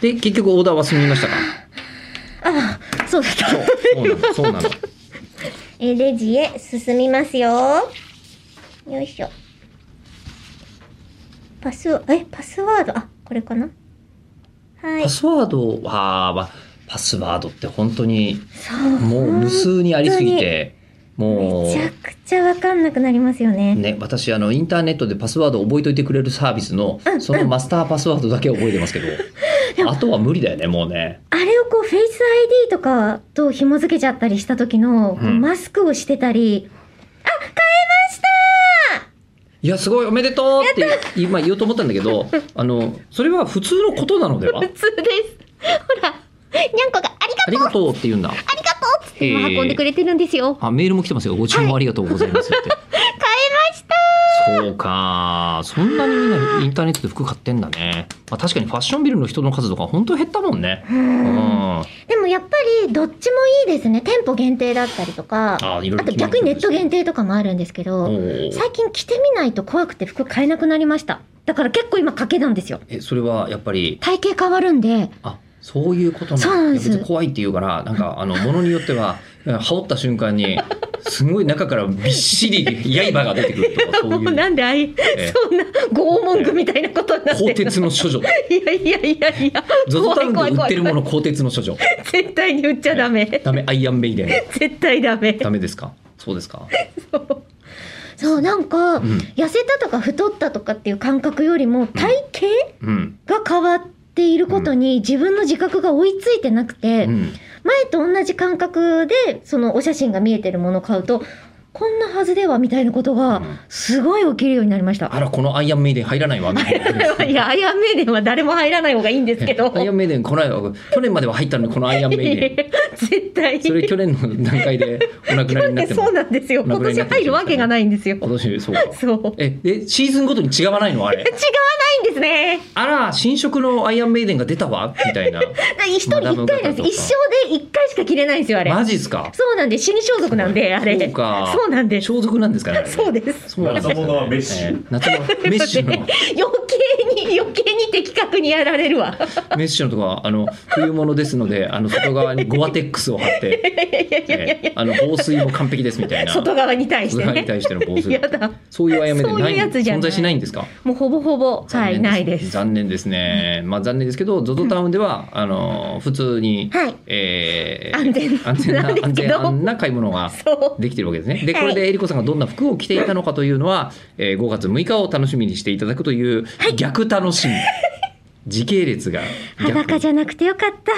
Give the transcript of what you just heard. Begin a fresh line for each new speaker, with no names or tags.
で、結局オーダーは済みましたか
ああ、そうだった。
そうなの、そうなの。
えーレジへ進みますよ。よいしょ。パスワ、え、パスワード、あ、これかなはい
パ。スワードは、まあパスワードって本当に
そう。
もう無数にありすぎて、も
めちゃ
う、
くちゃわかんなくなりますよね。
ね、私、あの、インターネットでパスワードを覚えといてくれるサービスの、そのマスターパスワードだけ覚えてます けど、あとは無理だよね、もうね。
あれをこう、フェイス ID とかと紐付けちゃったりした時の、こう
うん
マスクをしてたり、
いや、すごい、おめでとうって今言おうと思ったんだけど、あの、それは普通のことなのでは
普通です。 ほら、にゃんこがありが
ありがとうって言うんだ。
ありがとうっつって今運んでくれてるんですよ。
あ、メールも来てますよ。ご注文ありがとうございます って。そうか。そんなにみんなインターネットで服買ってんだね。まあ、確かにファッションビルの人の数とか本当減ったもんね。う
うん
ん。
でもやっぱりどっちもいいですね。店舗限定だったりとか、あ
あいろいろ
と逆にネット限定とかもあるんですけ
お
ど、
ー
最近着てみないと怖くて服買えなくなりました。だから結構今賭けなんですよ。
え、それはやっぱり、
体型変わるんで、
あ、そういうことなんだ
そうなんです
いや別に怖いって言うから、なんか、あの、ものによっては、羽織った瞬間に、すごい中からびっしり刃が出てくるとか、そう
もう
いう。
なんでああいう、
ええ
そんな拷問具みたいなことになっ
鋼
てる
鉄の 処女。
いやいやいやいや、
ゾゾタウンで売ってるも
怖い怖い怖い
の鋼鉄の処女。
絶対に売っちゃダメ。
ダメ、アイアンメイデン。
絶対ダメ。
ダメですかそうですか
そうそう、なんか、
ん
痩せたとか太ったとかっていう感覚よりも、体型、
うん。
が変わっていることに自分の自覚が追いついてなくて、
うん。
前と同じ感覚でそのお写真が見えてるものを買うとこんなはずではみたいなこと
う
が
ん
すごい起きるようになりました。
あら、このアイアンメイデン入らないわ。みたいな
いや、アイアンメイデンは誰も入らない方がいいんですけど、
アイアンメイデン、この間、去年までは入ったのに、このアイアンメイデ
絶対
ン。それ去年の段階でお亡くなりになっても
そう。なんですよ。
お亡
今
くなりになってました
年
ね
入るわけがないんですよ。
今年、そうか。
そう。違わ
え、え、シーズンごとに違わないのあれ。
ないんですね。
あら、新色のアイアンメイデンが出たわみたいな。
一人一回なんです。一生で一回しか着れないんですよ、あれ。
マジっすか
そうなんで、死に装束なんで、あれ。
そうか。
そうなんです。
装束なんですかね。あれ
そうです。
そうなんですよね
夏物はメッシュ
えー夏物はメッシュの。
余計に余計に的確にやられるわ
メッシュのとこはあの冬物ですのであの外側にゴアテックスを貼って、えーあの防水も完璧ですみたい な
外側に対して
外側に
ね
対しての防水
やだ
そういうあやめで
そう
ない
いうやつじゃない
存在しないんですか
もうほぼほぼはいな
残
い
念
です
残念ですね、まあ残念ですけど ZOZO タウンでは、あの普通に、
はい
えー
安全
安全な
なんです
安
け
全
ど
な買い物が
そう
できてるわけですね。で、
は
こ
い
れでえりこさんがどんな服を着ていたのかというのは、えー5月6日を楽しみにしていただくという逆楽しみ。時系列が逆
裸じゃなくてよかった